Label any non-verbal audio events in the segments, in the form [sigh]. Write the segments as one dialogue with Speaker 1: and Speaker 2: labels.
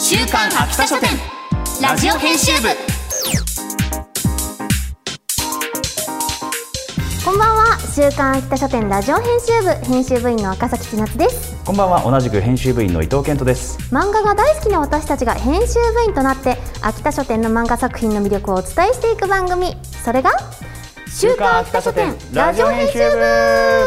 Speaker 1: 週刊秋田書店ラジオ編集部
Speaker 2: こんばんは週刊秋田書店ラジオ編集部編集部員の赤崎千夏です
Speaker 3: こんばんは同じく編集部員の伊藤健人です
Speaker 2: 漫画が大好きな私たちが編集部員となって秋田書店の漫画作品の魅力をお伝えしていく番組それが週刊秋田書店ラジオ編集部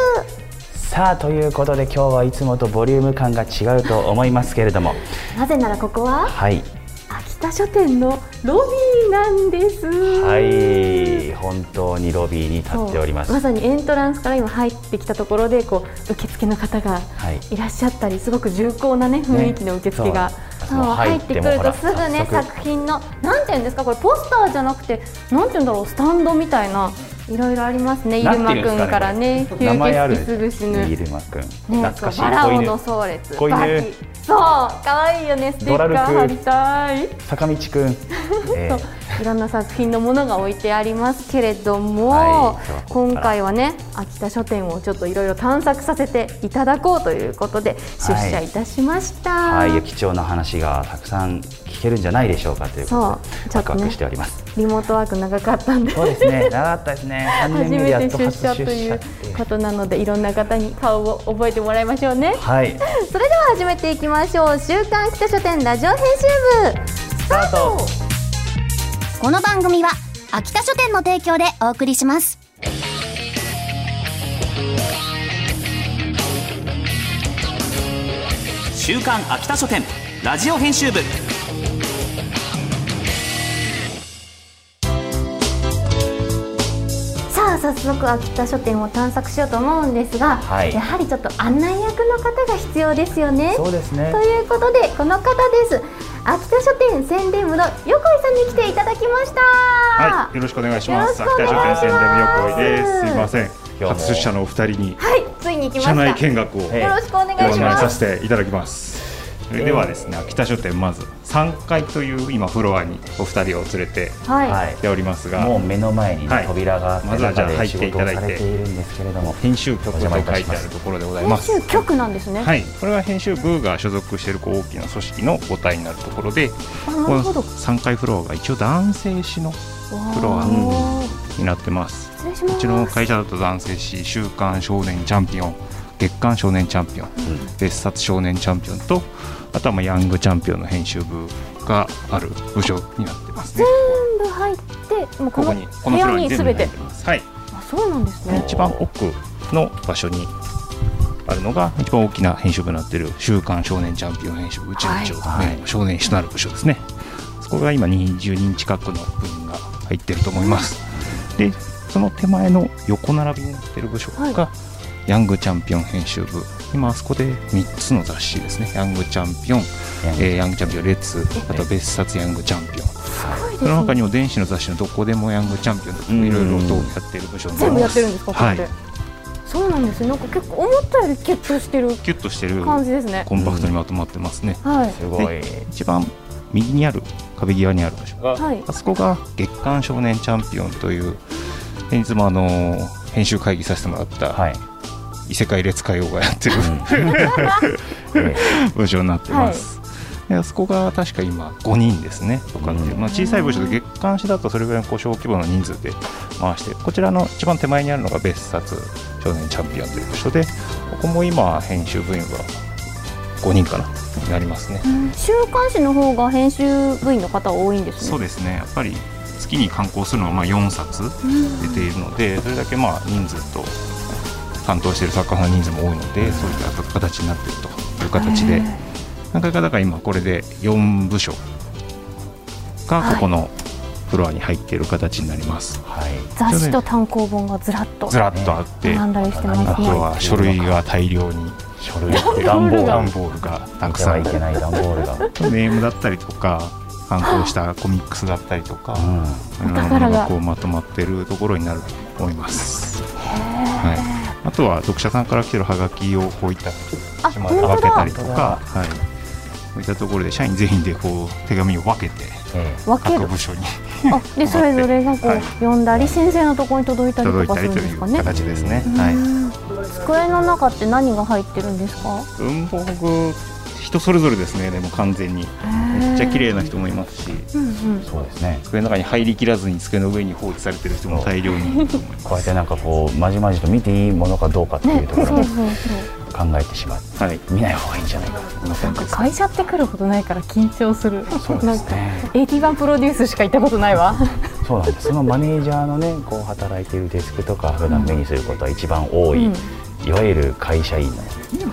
Speaker 3: さあということで今日はいつもとボリューム感が違うと思いますけれども
Speaker 2: なぜならここは
Speaker 3: はい
Speaker 2: 秋田書店のロビーなんです
Speaker 3: はい本当にロビーに立っております
Speaker 2: そうまさにエントランスから今入ってきたところでこう受付の方が
Speaker 3: はい
Speaker 2: いらっしゃったりすごく重厚なね雰囲気の受付が、
Speaker 3: ねそう
Speaker 2: そう
Speaker 3: もう
Speaker 2: 入ってくるとすぐね
Speaker 3: ほら早速
Speaker 2: 作品のなんていうんですかこれポスターじゃなくてなんていうんだろうスタンドみたいないろいろありますね
Speaker 3: な
Speaker 2: 入
Speaker 3: んて
Speaker 2: 間
Speaker 3: いうんです
Speaker 2: くんからね
Speaker 3: か
Speaker 2: 吸
Speaker 3: ね名前ある
Speaker 2: 血鬼すぐ死ぬ
Speaker 3: イルマくん、
Speaker 2: ね
Speaker 3: 懐
Speaker 2: そ
Speaker 3: か
Speaker 2: う
Speaker 3: し
Speaker 2: バラオ
Speaker 3: い子
Speaker 2: の
Speaker 3: 犬
Speaker 2: 葬列
Speaker 3: 子犬
Speaker 2: バキそう可愛いよねステッカー貼りたい
Speaker 3: 坂道く
Speaker 2: [laughs]
Speaker 3: ん、えー
Speaker 2: いろんな作品のものが置いてありますけれども、
Speaker 3: はい今日はここから
Speaker 2: 今回はね秋田書店をちょっといろいろ探索させていただこうということで出社いたしました。
Speaker 3: はい貴重な話がたくさん聞けるんじゃないでしょうかということで
Speaker 2: そう
Speaker 3: ワクワ
Speaker 2: ちょっとね
Speaker 3: クしております
Speaker 2: リモートワーク長かったんで
Speaker 3: そうですね、長かったですね。三
Speaker 2: 初
Speaker 3: 年目でや
Speaker 2: め
Speaker 3: ってと
Speaker 2: 出
Speaker 3: 初
Speaker 2: 社と
Speaker 3: 出
Speaker 2: い
Speaker 3: 社っ
Speaker 2: う
Speaker 3: ていう
Speaker 2: こ。となのでいろんな方に顔を覚えてもらいましょうね
Speaker 3: はい、
Speaker 2: それでは始めていきましょう週刊秋田書店ラジオ編集部
Speaker 3: スタート。
Speaker 1: この番組は秋田書店の提供でお送りします
Speaker 4: 週刊秋田書店ラジオ編集部
Speaker 2: さあ早速秋田書店を探索しようと思うんですが、
Speaker 3: はい
Speaker 2: やはりちょっと案内役の方が必要ですよね。
Speaker 3: そうですね
Speaker 2: ということでこの方です秋田書店宣伝部の横井さんに来ていただきました。
Speaker 5: はい、よろしくお願いします。
Speaker 2: よろしくお
Speaker 5: 秋田書
Speaker 2: 願い
Speaker 5: 店
Speaker 2: し
Speaker 5: 宣
Speaker 2: ます
Speaker 5: 伝部横井です。すいません
Speaker 3: 今。日も
Speaker 5: 初出社のお二人に
Speaker 2: はい、ついに来ました。
Speaker 5: 社内見学を
Speaker 3: え
Speaker 2: よろしくお願いし
Speaker 5: ご案内
Speaker 2: ま
Speaker 5: さ
Speaker 2: す。
Speaker 5: せていただきます。それではですね、秋田書店まず3階という今フロアにお二人を連れて
Speaker 2: はい、
Speaker 3: は
Speaker 5: 来ております
Speaker 3: もう
Speaker 5: が、
Speaker 3: 目の前にね、
Speaker 5: はい
Speaker 3: 扉があって
Speaker 5: まずはじゃあ
Speaker 3: 中で仕事を
Speaker 5: 入ってい
Speaker 3: さ
Speaker 5: ただ
Speaker 3: れ
Speaker 5: いて
Speaker 3: ているんですけれども、
Speaker 5: 編集局と書いてあ
Speaker 3: お邪魔いたし
Speaker 5: る
Speaker 3: ます
Speaker 5: ところでござい
Speaker 2: 編
Speaker 5: ます。
Speaker 2: 集局なんですね。
Speaker 5: はい、これは編集部が所属しているこう大きな組織の母体になるところで、
Speaker 2: あ
Speaker 5: こ
Speaker 2: なる
Speaker 5: の
Speaker 2: ほど。
Speaker 5: 3階フロアが一応男性誌のフロア
Speaker 2: わー
Speaker 5: になってます。
Speaker 2: 失礼し
Speaker 5: う
Speaker 2: ます。
Speaker 5: ちの会社だと男性誌「週刊少年チャンピオン」「月刊少年チャンピオン」別冊少年チャンピオン」とあとはまあヤングチャンピオンの編集部がある部署になってますね。
Speaker 2: 全部入って、もうこ
Speaker 5: ここ
Speaker 2: の
Speaker 5: に
Speaker 2: 部屋に
Speaker 5: 全
Speaker 2: す
Speaker 5: 部
Speaker 2: べて
Speaker 5: 入っ。ますはい、
Speaker 2: あ、そうなんですね。
Speaker 5: 一番奥の場所にあるのが一番大きな編集部になっている「週刊少年チャンピオン」編集部うちの一応、
Speaker 3: はい
Speaker 5: ね少年誌となる部署ですねそこが今20人近くの部員が入ってると思いますでその手前の横並びになっている部署が、ヤングチャンピオン編集部今あそこで3つの雑誌ですねヤングチャンピオン、えーヤングチャンピオンレッツあと別冊ヤングチャンピオンその他にも電子の雑誌のどこでもヤングチャンピオンとかいろいろとやってる部署になり
Speaker 2: 全
Speaker 5: ます
Speaker 2: 部やってるんですか、ここ
Speaker 5: は
Speaker 2: っ
Speaker 5: い
Speaker 2: て。そうなんですね。なんか結構思ったよりキュッとしてる
Speaker 5: キュッとしてる
Speaker 2: 感じですね。
Speaker 5: コンパクトにまとまってますね、
Speaker 2: はい。
Speaker 3: すごい。
Speaker 5: 一番右にある壁際にある場所が
Speaker 2: はい
Speaker 5: あ。そこが月刊少年チャンピオンという先日もあのー編集会議させてもらった、
Speaker 3: はい。
Speaker 5: 異世界列歌謡がやってる、
Speaker 3: え
Speaker 5: [laughs] 部署になってます、であそこが確か今5人ですねとかっていう、
Speaker 3: うん
Speaker 5: まあ、小さい部署で月刊誌だとそれぐらいのこう小規模の人数で回してこちらの一番手前にあるのが別冊少年チャンピオンという部署でここも今編集部員は5人かなになりますね
Speaker 2: 週刊誌の方が編集部員の方多いんですね。
Speaker 5: そうですねやっぱり月に刊行するのはまあ4冊出ているのでそれだけまあ人数と担当している作家さんの人数も多いのでそういった形になっているという形で何回かだから今これで4部署がここのフロアに入っている形になります。
Speaker 3: はい。
Speaker 2: 雑誌と単行本がずらっと
Speaker 5: ずらっとあって
Speaker 2: 並んだりしてま
Speaker 5: あ
Speaker 2: す
Speaker 5: と
Speaker 2: ね。
Speaker 5: は書類が大量に
Speaker 3: 書類って段
Speaker 2: 段
Speaker 3: ボ
Speaker 2: ボールが
Speaker 3: ー
Speaker 5: 段
Speaker 3: ル。
Speaker 5: ボールがた
Speaker 3: た
Speaker 5: く
Speaker 3: く
Speaker 5: さ
Speaker 3: さ
Speaker 5: ん
Speaker 3: ん
Speaker 5: い
Speaker 3: い
Speaker 5: て
Speaker 3: けない段ボールが。
Speaker 5: ネームだったりとか刊行したコミックスだったりとか。
Speaker 3: うん。
Speaker 5: いろんなものがこうまとまってるところになると思います。はい。あとは読者さんから来てるハガキをこういった
Speaker 2: あ、
Speaker 5: 島
Speaker 2: 本
Speaker 5: で
Speaker 2: 当
Speaker 5: 分けたり
Speaker 2: だ。
Speaker 5: とか、はい。こういったところで社員全員でこう手紙を分けて
Speaker 3: え
Speaker 2: 分け
Speaker 5: 各
Speaker 2: る。
Speaker 5: 部署に
Speaker 2: あ、でそれぞれがこう
Speaker 5: はい
Speaker 2: 読んだり先生のところに届いたり
Speaker 5: 届
Speaker 2: と
Speaker 5: い
Speaker 2: か
Speaker 5: た
Speaker 2: する
Speaker 5: り
Speaker 2: ん
Speaker 5: と
Speaker 2: で
Speaker 5: い
Speaker 2: す
Speaker 5: う
Speaker 2: かね。
Speaker 5: 形ですね。はい。
Speaker 2: 机の中って何が入ってるんですか。
Speaker 5: 文房具人それぞれですねでも完全にめっちゃ綺麗な人もいますし
Speaker 2: うんうん
Speaker 3: そうですね
Speaker 5: 机の中に入りきらずに机の上に放置されてる人も大量にいると思います
Speaker 3: こうやってなんかこうまじまじと見ていいものかどうかっていう
Speaker 6: ね
Speaker 3: と
Speaker 6: そ
Speaker 3: こ
Speaker 6: う
Speaker 3: ろ
Speaker 6: そ
Speaker 3: も
Speaker 6: うそう
Speaker 3: 考えてしまう
Speaker 5: はい
Speaker 3: 見ない方がいいんじゃないか
Speaker 5: こんな感じです
Speaker 6: 会社って来ることないから緊張する
Speaker 3: そうですね
Speaker 6: 81プロデュースしか行ったことないわ
Speaker 3: そうなんですそのマネージャーのねこう働いているデスクとか普段目にすることは一番多い、
Speaker 6: うん
Speaker 3: いわゆる会社員の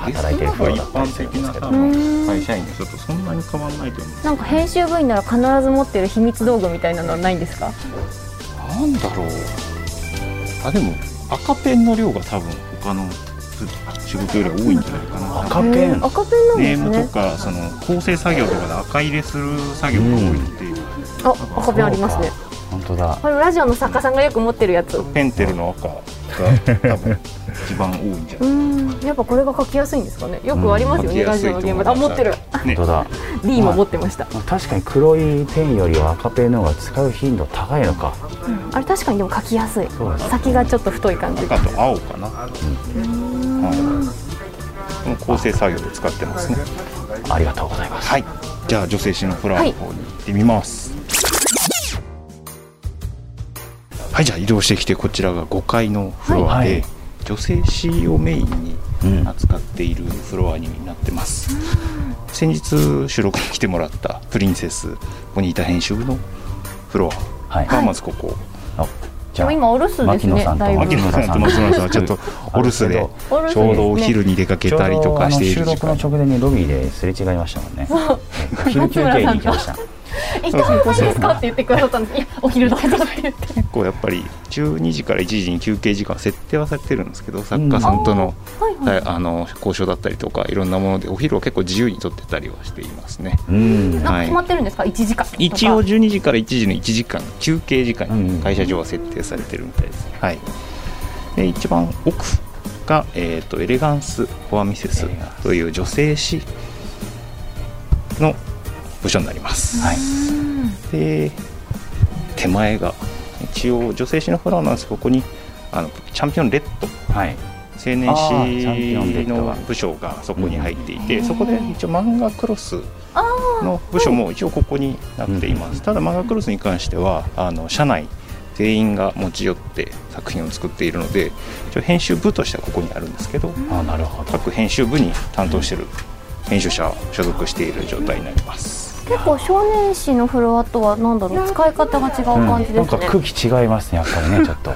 Speaker 3: 働いてる
Speaker 5: 人
Speaker 3: 人だ
Speaker 5: 一
Speaker 3: ったりす
Speaker 5: 般
Speaker 3: るん
Speaker 5: 的
Speaker 3: で
Speaker 5: な
Speaker 3: すけど
Speaker 5: さ
Speaker 3: も
Speaker 5: 会社員の人とそんなに変わらないと思う
Speaker 6: なんか編集部員なら必ず持ってる秘密道具みたいなのはないんですか
Speaker 5: なんだろうあでも赤ペンの量が多分他の仕事よりは多いんじゃないかな
Speaker 3: 赤ペン
Speaker 2: 赤ペンなん
Speaker 5: ネ
Speaker 2: で
Speaker 5: ー
Speaker 2: す
Speaker 5: ムと
Speaker 2: ね
Speaker 5: かその構成作業とかで赤入れする作業が多いっていう、
Speaker 2: あ赤ペンありますね
Speaker 3: 本当だ
Speaker 2: これラジオの作家さんがよく持ってるやつ
Speaker 5: ペンテルの赤が多分一番多いんじゃ
Speaker 2: う
Speaker 5: ない
Speaker 2: んやっぱこれが書きやすいんですかねよくありますよね、
Speaker 5: うん
Speaker 2: ラジオの現場であ
Speaker 5: 書きやすいと思い
Speaker 2: 持
Speaker 5: ま
Speaker 2: っ
Speaker 5: す
Speaker 2: てる
Speaker 5: ね
Speaker 3: 本当だ
Speaker 6: D も持ってました、
Speaker 3: 確かに黒いペンよりは赤ペンの方が使う頻度高いのか
Speaker 2: あれ確かにでも書きやすい
Speaker 3: そうです
Speaker 2: 先がちょっと太い感じ
Speaker 5: 赤と青かな、はい、この構成作業で使ってますね
Speaker 3: ありがとうございます
Speaker 5: はいじゃあ女性誌のフラワーの方に行ってみますはい、じゃあ移動してきてこちらが5階のフロアで、
Speaker 3: はい
Speaker 5: 女性誌をメインに
Speaker 3: うん
Speaker 5: 扱っているフロアになってます、先日収録に来てもらったプリンセスボニータ編集部のフロ
Speaker 3: はい、
Speaker 5: アがまずここ、
Speaker 3: あじ
Speaker 6: でも今お留守です
Speaker 3: 牧野
Speaker 6: ね
Speaker 3: さんと
Speaker 6: だいぶ
Speaker 5: 牧野さんと松村さんはちょっとお留守で
Speaker 6: お留守ですね
Speaker 5: ちょうどお昼に出かけたりとかしている時
Speaker 3: ちょうどあ
Speaker 5: 間
Speaker 3: の収録の直前にロビーですれ違いましたもんね [laughs] 緊急休憩に行きました
Speaker 6: 行った方がいいですかって言ってくだ
Speaker 5: [laughs]
Speaker 6: さったんですいやお昼どうぞって言って
Speaker 5: 結構やっぱり12時から1時に休憩時間設定はされてるんですけど作家さんとの,だい、あの交渉だったりとかいろんなものでお昼を結構自由に取ってたりはしていますね。
Speaker 3: うん
Speaker 6: なんか
Speaker 5: はい
Speaker 6: 決まってるんですか1時間とか
Speaker 5: 一応12時から1時の1時間休憩時間
Speaker 3: うん
Speaker 5: に会社上は設定されてるみたいですね、はい、で一番奥が、えーとエレガンス・フォア・ミセス
Speaker 3: エレガンス
Speaker 5: という女性誌の部署になります、
Speaker 3: はい
Speaker 5: で手前が一応女性誌のフラーなんですけどここにあのチャンピオンレッド
Speaker 3: はい
Speaker 5: 青年
Speaker 3: あーチャンピオンレ
Speaker 5: 誌
Speaker 3: ッドが
Speaker 5: の部署がそこに入っていて、そこで一応漫画クロスの部署も一応ここになっています、ただ漫画クロスに関してはあの社内全員が持ち寄って作品を作っているので一応編集部としてはここにあるんですけど、
Speaker 3: あなるほど
Speaker 5: 各編集部に担当している編集者は所属している状態になります、
Speaker 2: 結構少年誌のフロアとは何だろう使い方が違う感じ
Speaker 3: な
Speaker 2: で
Speaker 3: ん
Speaker 2: す
Speaker 3: か
Speaker 2: ね、
Speaker 3: 空気違いますねやっぱりねちょっと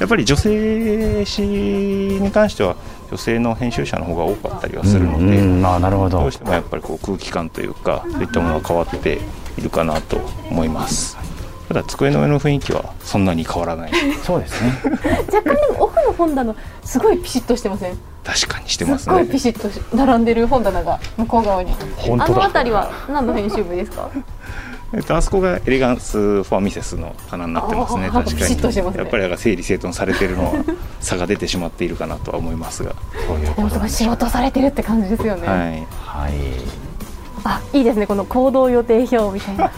Speaker 5: やっぱり女性誌に関しては女性の編集者の方が多かったりはするので、
Speaker 3: うん、あなるほ
Speaker 5: ど
Speaker 3: ど
Speaker 5: うしてもやっぱりこう空気感というかそういったものが変わっているかなと思いますただ机の上の雰囲気はそんなに変わら
Speaker 6: [laughs]
Speaker 5: ない
Speaker 3: そうですね [laughs]
Speaker 6: 若干でも奥の本棚すごいピシッとしてません
Speaker 5: 確かにしてますす
Speaker 6: ご
Speaker 5: ね
Speaker 6: いピシッとし並んでる本棚が向こう側に
Speaker 3: 本
Speaker 6: あ
Speaker 3: 当
Speaker 6: の
Speaker 3: だ
Speaker 6: 辺りは何の編集部ですか
Speaker 5: [laughs] えっと、あそこがエレガンス・フォア・ミセスの棚になってますね
Speaker 6: あー
Speaker 5: 確
Speaker 6: ピ
Speaker 5: か
Speaker 6: シッとしてます
Speaker 5: に
Speaker 6: ね
Speaker 5: やっぱりだから整理整頓されてるのは差が出てしまっているかなとは思います
Speaker 6: [laughs]
Speaker 5: が
Speaker 3: そういう
Speaker 6: で
Speaker 3: こ
Speaker 6: も
Speaker 3: と
Speaker 6: す
Speaker 3: な
Speaker 6: ご
Speaker 3: ん
Speaker 6: い
Speaker 3: で
Speaker 6: 仕事されてるって感じですよね、
Speaker 5: はい
Speaker 3: はい
Speaker 6: あいいですねこの行動予定表みたいな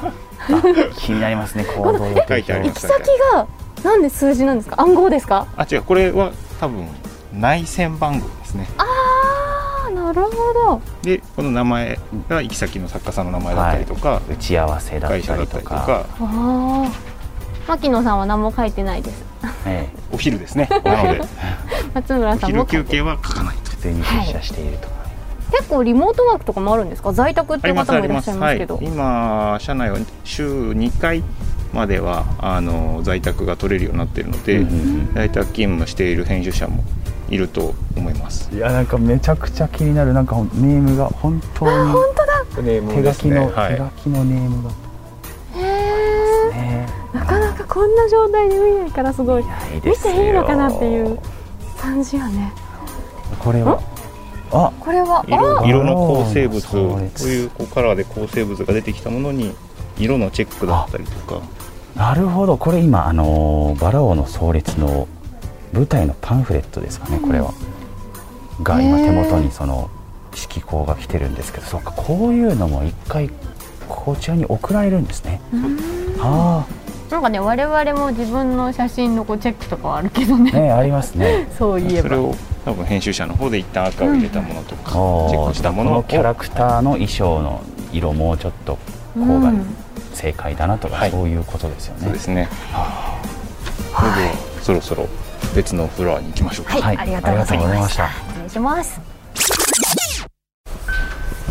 Speaker 3: 気になりますね行動予
Speaker 5: 書いてあ
Speaker 3: 定
Speaker 5: り
Speaker 6: 行
Speaker 5: ま
Speaker 6: き
Speaker 5: す
Speaker 6: 先がなんで数字なんですか暗号ですか
Speaker 5: あ違うこれは多分内線番号ですね
Speaker 6: あなるほど
Speaker 5: でこの名前が行き先の作家さんの名前だったりとか、
Speaker 3: 打ち合わせだった
Speaker 5: 会
Speaker 3: り
Speaker 5: 社だっ
Speaker 3: と
Speaker 5: た
Speaker 3: か
Speaker 5: りとか
Speaker 2: あー牧野さんは何も書いてないです
Speaker 3: え
Speaker 5: お昼ですねなので
Speaker 2: 松村
Speaker 5: お
Speaker 2: さんも書い
Speaker 5: 昼休
Speaker 2: て
Speaker 5: 憩は書かないと
Speaker 3: え普通に出社しているとか、
Speaker 2: 結構リモートワークとかもあるんですか在宅って
Speaker 5: あ
Speaker 2: い
Speaker 5: り
Speaker 2: う
Speaker 5: ます
Speaker 2: 方
Speaker 5: あ
Speaker 2: も
Speaker 5: り
Speaker 2: いら
Speaker 5: ま
Speaker 2: っし
Speaker 5: す。
Speaker 2: ゃいます
Speaker 5: はい
Speaker 2: けど。
Speaker 5: 今社内は週2回まではあの在宅が取れるようになっているので、
Speaker 3: うんうん
Speaker 5: 在宅勤務している編集者もいると思います。
Speaker 3: いやなんかめちゃくちゃ気になるなんかほんネームが本当に
Speaker 5: 手
Speaker 3: 手書きの、
Speaker 5: は
Speaker 3: 手書
Speaker 5: い。
Speaker 3: きのネームが
Speaker 2: へ
Speaker 3: ね
Speaker 2: えなかなかこんな状態で見ないからすごい
Speaker 3: えいい
Speaker 2: 見
Speaker 3: ですよ
Speaker 2: ていいのかなっていう感じよね
Speaker 3: これはあ
Speaker 2: これは
Speaker 5: 色
Speaker 3: あ
Speaker 5: 色の構成物
Speaker 3: そうです
Speaker 5: こういうこうカラーで構成物が出てきたものに色のチェックだったりとか
Speaker 3: なるほどこれ今あのーバラ王の葬列の舞台のパンフレットですかねこれは、が今手元にその指揮校が来てるんですけどそうかこういうのも一回こちらに送られるんですねああ
Speaker 6: なんかね我々も自分の写真のこうチェックとかはあるけどね
Speaker 3: ねありますね
Speaker 6: そういえ
Speaker 5: それ
Speaker 6: ば
Speaker 5: を多分編集者の方で一旦赤を入れたものとか、
Speaker 3: おー
Speaker 5: チェックしたもの
Speaker 3: こ
Speaker 5: を
Speaker 3: のキャラクターの衣装の色もちょっとこうが
Speaker 6: うん
Speaker 3: 正解だなとか、
Speaker 5: はい
Speaker 3: そういうことですよ
Speaker 5: そう
Speaker 3: ね
Speaker 5: ですねそれではそろそろ別のフロアに行きましょうか、
Speaker 6: はいありがとうございま
Speaker 3: した
Speaker 6: お願いします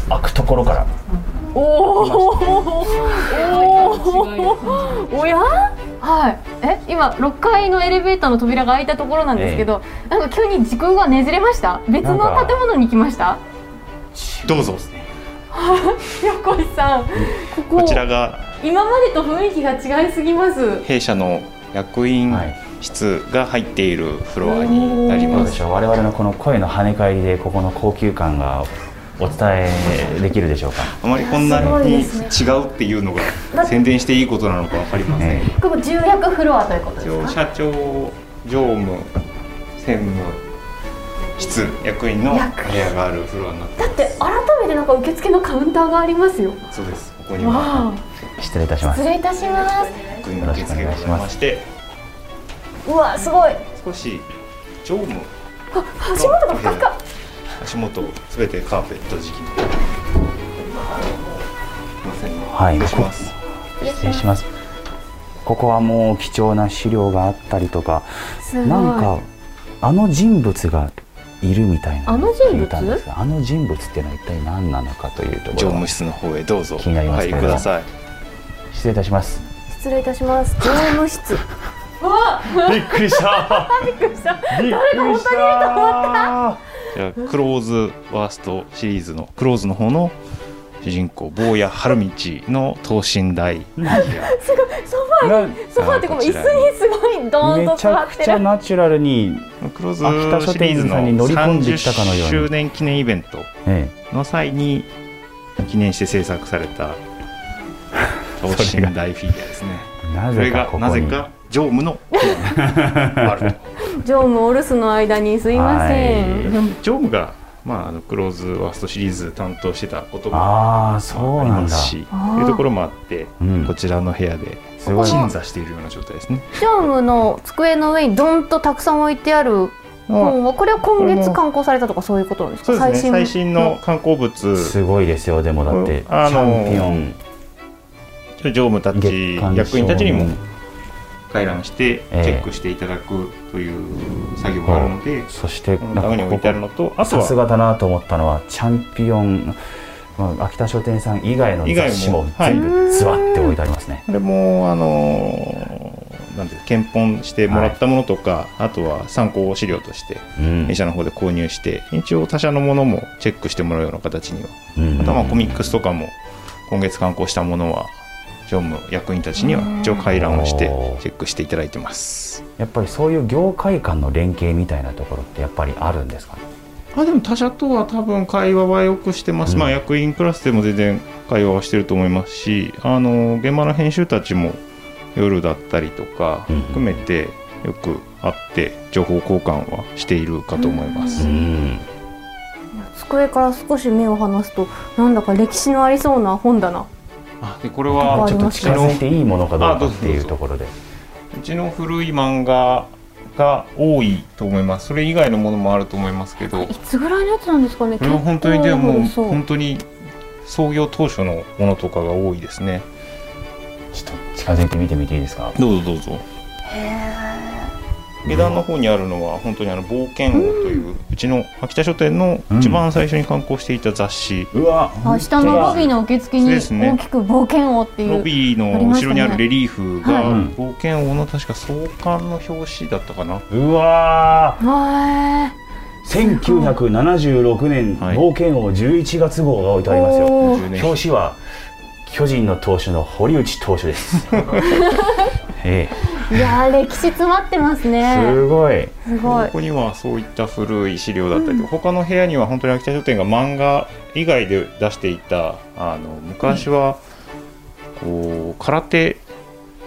Speaker 3: 開くところから
Speaker 6: おやはいえ今6階のエレベーターの扉が開いたところなんですけど、なんか急に時空がねじれました別の
Speaker 3: なんか
Speaker 6: 建物に来ました
Speaker 5: どうぞ
Speaker 6: 横井さんここ
Speaker 5: こちらが
Speaker 6: 今までと雰囲気が違いすぎます
Speaker 5: 弊社の役員
Speaker 3: はい
Speaker 5: 室が入っているフロアになり
Speaker 3: どう
Speaker 5: ま
Speaker 3: ですしょう我々のこの声の跳ね返りでここの高級感がお伝えできるでしょうか
Speaker 5: あまりこんなに違うっていうのが宣伝していいことなのか分かりません
Speaker 3: ね
Speaker 6: ここ重役フロアということ
Speaker 5: 一応社長常務専務室役員の部屋があるフロアになって
Speaker 6: だって改めてなんか受付のカウンターがありますよ
Speaker 5: そうですここには
Speaker 6: わあ
Speaker 3: 失礼いたします
Speaker 6: 失礼いたします
Speaker 5: 役員の受付がございまして
Speaker 6: うわすごい
Speaker 5: 少し常務
Speaker 6: 足元がふかふか
Speaker 5: 足元すべてカーペット敷きのすいません
Speaker 3: はい
Speaker 5: 失礼します
Speaker 3: 失礼しますここはもう貴重な資料があったりとか
Speaker 6: すごい
Speaker 3: なんかあの人物がいるみたいな
Speaker 6: あの人物
Speaker 3: 聞いたんですがあの人物っていうのは一体何なのかというところ
Speaker 5: 常務室の方へどうぞ
Speaker 3: 気になります
Speaker 5: お入りください
Speaker 3: 失礼いたします
Speaker 2: 失礼いたします常務
Speaker 5: [laughs]
Speaker 2: 室
Speaker 3: びっくりした。びっくりした。
Speaker 5: じゃあクローズワーストシリーズのクローズの方の主人公坊や春道の等身大
Speaker 6: ソファーってこの椅子にすごいドーン
Speaker 3: め
Speaker 6: と
Speaker 3: ち
Speaker 6: 座
Speaker 3: ゃ
Speaker 6: っ
Speaker 3: く
Speaker 6: て
Speaker 3: ちゃ
Speaker 6: る
Speaker 3: ナチュラルに、
Speaker 5: クローズ
Speaker 3: 秋田書
Speaker 5: シリーズ
Speaker 3: 店
Speaker 5: の
Speaker 3: さんに乗り込んできたかのように
Speaker 5: 30周年記念イベント
Speaker 3: え
Speaker 5: の際に記念して制作され
Speaker 3: [laughs]
Speaker 5: た等身大フィギュアですね
Speaker 3: え、な
Speaker 5: そ
Speaker 3: ぜ
Speaker 5: れ
Speaker 3: か
Speaker 5: が
Speaker 3: ここに
Speaker 5: なぜか常務のあると
Speaker 6: 常務お留守の間にすいません
Speaker 5: 常務が、まあ、あのクローズワーストシリーズ担当してたこともあ
Speaker 3: ああそう
Speaker 5: り
Speaker 3: なん
Speaker 5: ま
Speaker 3: だ。
Speaker 5: すしというところもあって、
Speaker 3: うん
Speaker 5: こちらの部屋です
Speaker 3: ごい
Speaker 5: 鎮座しているような状態ですね。
Speaker 2: 常務の机の上にドンとたくさん置いてある本はこれは今月刊行されたとかそういうことなんです
Speaker 5: そ
Speaker 2: か
Speaker 5: うですね最新の観光物
Speaker 3: すごいですよでもだってチ
Speaker 5: あの
Speaker 3: ャンピオン
Speaker 5: 常務たち
Speaker 3: 月刊
Speaker 5: 役員たちに
Speaker 3: 少
Speaker 5: も
Speaker 3: 年
Speaker 5: 回覧してチ
Speaker 3: ええ
Speaker 5: ェックしていただくという作業があるので、
Speaker 3: そして
Speaker 5: このために置いてあるのとあ
Speaker 3: さ
Speaker 5: と
Speaker 3: す
Speaker 5: は
Speaker 3: がだなと思ったのはチャンピオン、まあ、秋田書店さん以外の雑誌も
Speaker 5: 以外
Speaker 3: 全
Speaker 5: も
Speaker 3: 部ズワって置いてありますね。
Speaker 5: これもあのーなんていうか検本してもらったものとか、あとは参考資料として
Speaker 3: うん
Speaker 5: 弊社の方で購入して一応他社のものもチェックしてもらうような形には
Speaker 3: うん
Speaker 5: またまあコミックスとかも今月刊行したものは常務役員たちには一応回覧をして
Speaker 3: おー
Speaker 5: チェックしていただいてます
Speaker 3: やっぱりそういう業界間の連携みたいなところってやっぱりあるんですかね。
Speaker 5: あでも他社とは多分会話はよくしてます、
Speaker 3: うん
Speaker 5: まあ役員クラスでも全然会話はしてると思いますしあの現場の編集たちも夜だったりとか
Speaker 3: うん
Speaker 5: 含めてよく会って情報交換はしているかと思います、
Speaker 3: うん
Speaker 2: 机から少し目を離すとなんだか歴史のありそうな本だな
Speaker 5: あでこれは
Speaker 2: あ
Speaker 5: ち
Speaker 2: り
Speaker 5: ょっと
Speaker 2: ます
Speaker 5: 私
Speaker 3: 近づい
Speaker 5: の
Speaker 3: ていいものかどう
Speaker 5: あ
Speaker 3: か
Speaker 5: どう
Speaker 3: っ
Speaker 5: ぞ
Speaker 3: ていうところで
Speaker 5: うちの古い漫画が多いと思いますそれ以外のものもあると思いますけど
Speaker 2: いつぐらいのやつなんですかね
Speaker 5: これは本当にでも
Speaker 2: そう
Speaker 5: 本当に創業当初のものとかが多いですね
Speaker 3: ちょっと近づいて見てみていいですか
Speaker 5: どうぞどうぞ下段の方にあるのは本当にあの冒険王といううちの秋田書店の一番最初に刊行していた雑誌、
Speaker 3: うわ
Speaker 6: あ下のロビーの受付に
Speaker 5: で
Speaker 6: 大
Speaker 5: すね
Speaker 6: きく冒険王ってい
Speaker 5: ロ
Speaker 6: う
Speaker 5: ビーの後ろにあるレリーフ
Speaker 3: あ
Speaker 5: が
Speaker 3: りまし
Speaker 5: 冒険王の確か創刊の表紙だったかな
Speaker 3: うわ
Speaker 6: わ
Speaker 3: ー1976年
Speaker 5: はい
Speaker 3: 冒険王11月号が置いてありますよ
Speaker 6: おー
Speaker 5: 10年
Speaker 3: 表紙は巨人の投手の堀内投手です [laughs] え
Speaker 6: ーいやー歴史詰まってます
Speaker 3: え
Speaker 6: ね
Speaker 3: すごい
Speaker 6: すご
Speaker 5: こ
Speaker 6: い
Speaker 5: こにはそういった古い資料だったりとか、他の部屋には本当に秋田書店が漫画以外で出していたあの昔はこう空手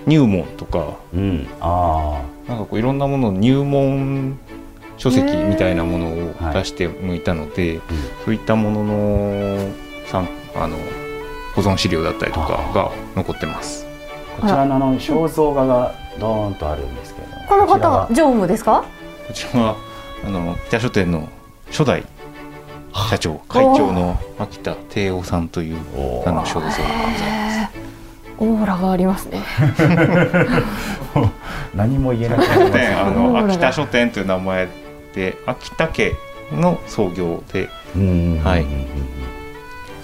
Speaker 5: 入門とか
Speaker 3: うんあ
Speaker 5: なんかこういろんなものの入門書籍みたいなもの
Speaker 3: は
Speaker 5: を
Speaker 3: い
Speaker 5: 出して向いたの
Speaker 3: う
Speaker 5: で、
Speaker 3: ん
Speaker 5: そういったもののさんあの保存資料だったりとかが残ってます。
Speaker 3: あこちらのあの肖像画がドーンとあるんですけれども
Speaker 2: この
Speaker 3: ちら
Speaker 2: 方
Speaker 3: は
Speaker 2: 常務ですか
Speaker 5: こちらはあの北書店の初代社長会長の秋田帝夫さんという
Speaker 3: おー
Speaker 5: あの肖像画
Speaker 6: オーラがありますね
Speaker 3: 何も言えなくなります
Speaker 5: であの
Speaker 6: そうだ
Speaker 5: 秋田書店という名前で秋田家の創業で
Speaker 3: うん
Speaker 5: はい
Speaker 3: うんうんうん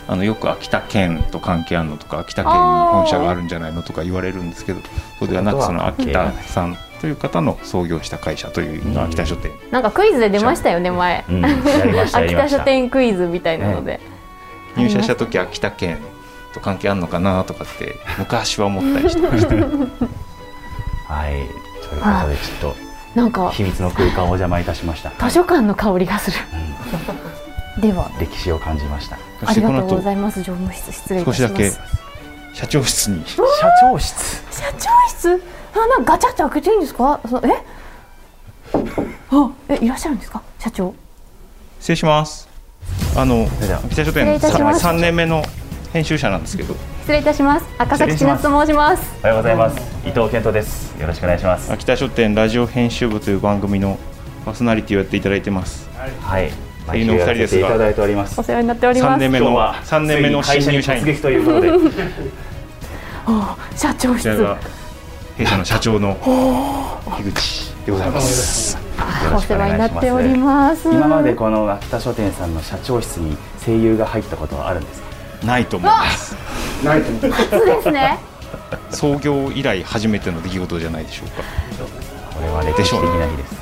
Speaker 5: あのよく秋田県と関係あるのとか秋田県に本社があるんじゃないのとか言われるんですけどそうではなくその秋田さんという方の創業した会社という意味の秋田書店
Speaker 6: なんかクイズで出ましたよね前
Speaker 3: うん、やりましたやり
Speaker 6: 秋
Speaker 3: ま
Speaker 6: 田
Speaker 3: し
Speaker 6: 書
Speaker 3: た
Speaker 6: 店クイズみたいなので、
Speaker 5: 入社した時秋田県と関係あるのかなとかって昔は思ったりしてました
Speaker 3: はいということでちょっ
Speaker 6: なん
Speaker 3: と
Speaker 6: か
Speaker 3: 秘密の空間をお邪魔いたしました
Speaker 6: 図書館の香りがする
Speaker 2: [laughs]
Speaker 6: では
Speaker 3: 歴史を感じました
Speaker 5: そ
Speaker 6: あ
Speaker 5: し
Speaker 6: り
Speaker 5: て
Speaker 6: が
Speaker 5: ことの
Speaker 6: うご
Speaker 5: 後
Speaker 6: ざいます常務室失礼いた
Speaker 5: 少
Speaker 6: し
Speaker 5: しだ
Speaker 6: ます
Speaker 5: け社長室に
Speaker 3: 社長室
Speaker 6: 社長室あなんかガチャって開けていいんですかそのえあえいらっしゃるんですか社長
Speaker 5: 失礼しますあの
Speaker 3: それでは
Speaker 5: 秋田書
Speaker 2: 失
Speaker 5: 店
Speaker 2: 礼いたします
Speaker 5: 3年目の編集者なんですけど
Speaker 2: 失礼いたします赤崎千
Speaker 3: 失礼しま
Speaker 2: 夏
Speaker 3: す
Speaker 2: と申します
Speaker 3: おはようございます伊藤健人ですよろしくお願いします
Speaker 5: 秋田書店ラジオ編集部という番組のパーソナリティをやっていただいてます
Speaker 3: はい
Speaker 5: 声優のお二人で
Speaker 3: 毎週やらせて
Speaker 5: すが
Speaker 3: いただいております
Speaker 2: お世話になっておりま
Speaker 5: 3
Speaker 2: す
Speaker 5: 年目
Speaker 3: 今日
Speaker 5: の
Speaker 3: は
Speaker 5: 三年目の新入社員
Speaker 3: ついに会社に突撃ということで
Speaker 6: 社長
Speaker 5: こちら
Speaker 6: 室
Speaker 5: が弊社の社長の樋口でございます
Speaker 3: よろ
Speaker 2: お
Speaker 3: しく
Speaker 2: 世
Speaker 3: お願いしま
Speaker 2: 話にな
Speaker 3: す
Speaker 2: っております
Speaker 3: 今までこの秋田書店さんの社長室に声優が入ったことはあるんですか
Speaker 5: ないと思います
Speaker 2: 初ですね
Speaker 5: 創業以来初めての出来事じゃないでしょうか
Speaker 3: これは歴史的な日です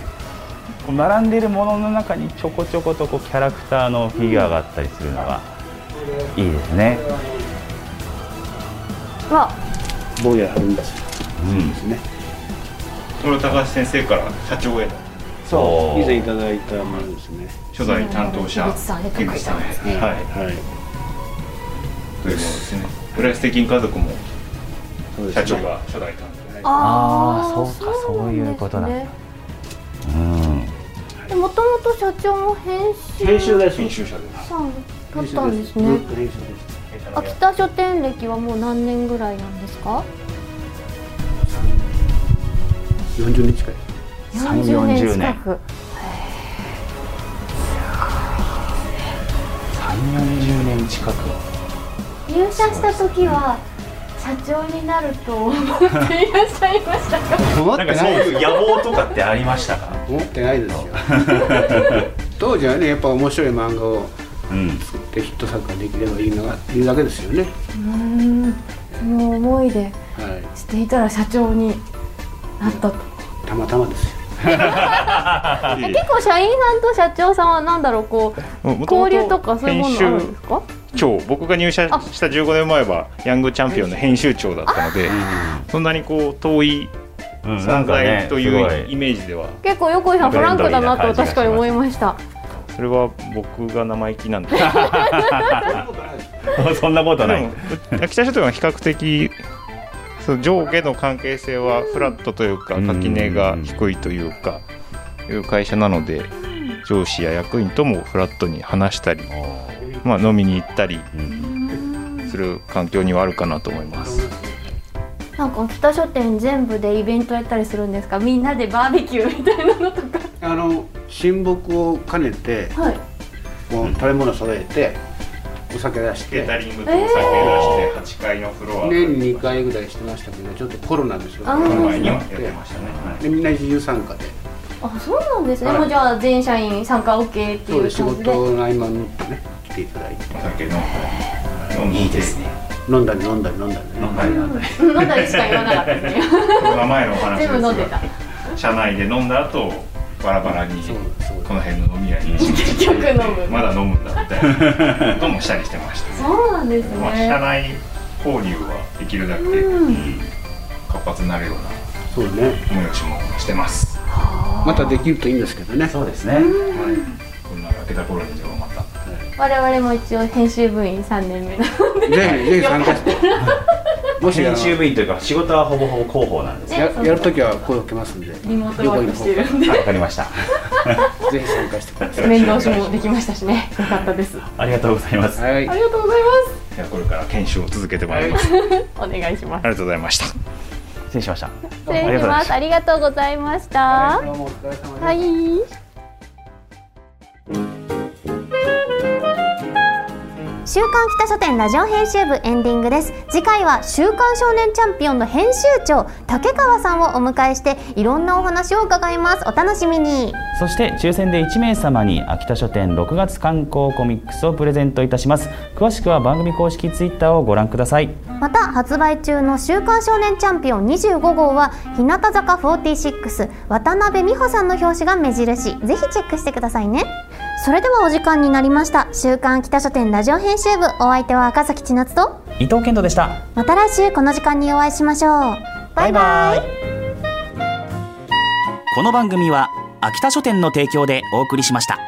Speaker 3: こう並んでるものの中にちょこちょことこうキャラクターのフィギュアがあったりするのがいいですね
Speaker 2: わ
Speaker 7: 坊ややるんだし
Speaker 3: うん
Speaker 5: これは高橋先生から社長への
Speaker 3: そう
Speaker 7: 以前いただいたものですね
Speaker 5: 初代担当者
Speaker 2: 樋口さんね
Speaker 5: 樋口さん
Speaker 2: 得意さんですね
Speaker 5: はい
Speaker 7: はい
Speaker 5: というものですね浦安鉄筋家族も
Speaker 7: そうです
Speaker 5: 社
Speaker 7: ね
Speaker 5: 長が初代担
Speaker 3: あーそうか
Speaker 2: なん
Speaker 3: そういうことなんだ
Speaker 2: ですね
Speaker 3: うん
Speaker 2: でもともと社長も編
Speaker 7: 編
Speaker 2: 集
Speaker 7: 集で
Speaker 5: 当
Speaker 7: す
Speaker 5: 編集者です
Speaker 2: さんだ
Speaker 7: 編
Speaker 2: っ
Speaker 7: 集
Speaker 2: たんですね
Speaker 7: ずっと編集です
Speaker 2: 秋田書店歴はもう何年ぐらいなんですか
Speaker 7: 40年近い
Speaker 3: 3
Speaker 2: 40
Speaker 3: 40
Speaker 2: 年近
Speaker 3: 年
Speaker 2: く
Speaker 3: 340年近く
Speaker 2: 入社した時は社長になると思っていらっしゃいましたか
Speaker 7: 思っ
Speaker 3: なんかそういう野望とかってありましたか
Speaker 7: 思ってな
Speaker 5: [laughs]
Speaker 7: いですよ当時はねやっぱ面白い漫画を
Speaker 3: うん
Speaker 7: 作ってヒット作ができればいいのがいうだけですよね
Speaker 2: [laughs] その思いで
Speaker 7: は
Speaker 2: していたら社長になったと
Speaker 7: いたまたまですよ
Speaker 2: 結構社員さんと社長さんはなんだろうこう交流とかそういうものあるんですか
Speaker 5: 長僕が入社
Speaker 2: あ
Speaker 5: した15年前はヤングチャンピオンの編集長だったのでそんなにこう遠い
Speaker 3: うんな
Speaker 5: 存
Speaker 3: んかね
Speaker 5: 在と
Speaker 3: すご
Speaker 5: いうイ
Speaker 3: い
Speaker 5: メージでは
Speaker 2: 結構横井さんフランクだなと確かに思いました
Speaker 5: それは僕が生意気なんです
Speaker 3: そんなこと
Speaker 5: で
Speaker 3: ない [laughs]
Speaker 5: も秋田書店は比較的その上下の関係性はフラットというか
Speaker 3: うん
Speaker 5: 垣根が低いというかいう会社なので上司や役員ともフラットに話したり、まあ、飲みに行ったり
Speaker 3: うん
Speaker 5: する環境にはあるかなと思います。
Speaker 2: なんか北書店全部でイベントやったりするんですかみんなでバーベキューみたいなのとか
Speaker 7: あの親睦を兼ねて
Speaker 2: はい
Speaker 7: こう食べ物揃えてお酒出して
Speaker 5: リングとお酒出して8階のフロ
Speaker 7: 年に2回ぐらいしてましたけどちょっとコロナですよ
Speaker 2: あー前
Speaker 5: にはやってましたねはい
Speaker 7: でみんな自由参加で
Speaker 2: あそうなんですね、
Speaker 7: はい
Speaker 2: もうじゃあ全社員参加 OK って
Speaker 7: そ
Speaker 2: い
Speaker 7: うで
Speaker 2: う
Speaker 7: す仕
Speaker 2: 感じで
Speaker 7: 事の合間にね来ていただいて
Speaker 5: お酒飲んだりいいですね
Speaker 7: 飲んだり飲んだり飲んだりね
Speaker 2: 飲んだりしか言わなかったですね
Speaker 5: コロナ前のお話
Speaker 2: 全部飲んでた
Speaker 5: 社内で飲んだ後バラバラに
Speaker 7: そうそう
Speaker 5: この辺の飲み屋に
Speaker 2: 結局飲む
Speaker 5: まだ飲むんだみたいなこともしたりしてました、
Speaker 2: そうなんです
Speaker 5: まあ、社
Speaker 2: ね
Speaker 5: 内交流はできるだけ、うん活発になるような
Speaker 7: そうね
Speaker 5: 催しもしてます
Speaker 7: またできるといいんですけどね
Speaker 3: そうですね
Speaker 5: こんな明けた頃にではまた
Speaker 2: 我々も一応編集部員3年目なの
Speaker 7: ぜひぜひ参加してもしあ
Speaker 3: 編集
Speaker 7: の
Speaker 3: 部員というか仕事はほぼほぼ広報なんです
Speaker 2: ね
Speaker 7: ややるときは声をかけますんで
Speaker 2: リモートワークしてるんで
Speaker 3: わかりました
Speaker 7: ぜひ参加してくださ
Speaker 2: 面倒しもできましたしねよかったですあ
Speaker 3: ありがとうございます
Speaker 7: いはい
Speaker 2: りがとうござい
Speaker 5: いやこれから研修を続けてまいります、あ
Speaker 2: ますお願いします
Speaker 5: りがとうございました
Speaker 3: 失礼しました。
Speaker 6: 失礼します。ありがとうございました。
Speaker 7: いどうもお疲れ様です
Speaker 6: はい。週刊北書店ラジオ編集部エンディングです次回は週刊少年チャンピオンの編集長竹川さんをお迎えしていろんなお話を伺いますお楽しみに
Speaker 3: そして抽選で1名様に秋田書店6月観光コミックスをプレゼントいたします詳しくは番組公式ツイッターをご覧ください
Speaker 6: また発売中の「週刊少年チャンピオン25号」は日向坂46渡辺美穂さんの表紙が目印ぜひチェックしてくださいねそれではお時間になりました「週刊北書店ラジオ編集部」お相手は赤崎千夏と
Speaker 3: 伊藤健人でした
Speaker 6: また来週この時間にお会いしましょうバイバイ
Speaker 8: この番組は秋田書店の提供でお送りしました。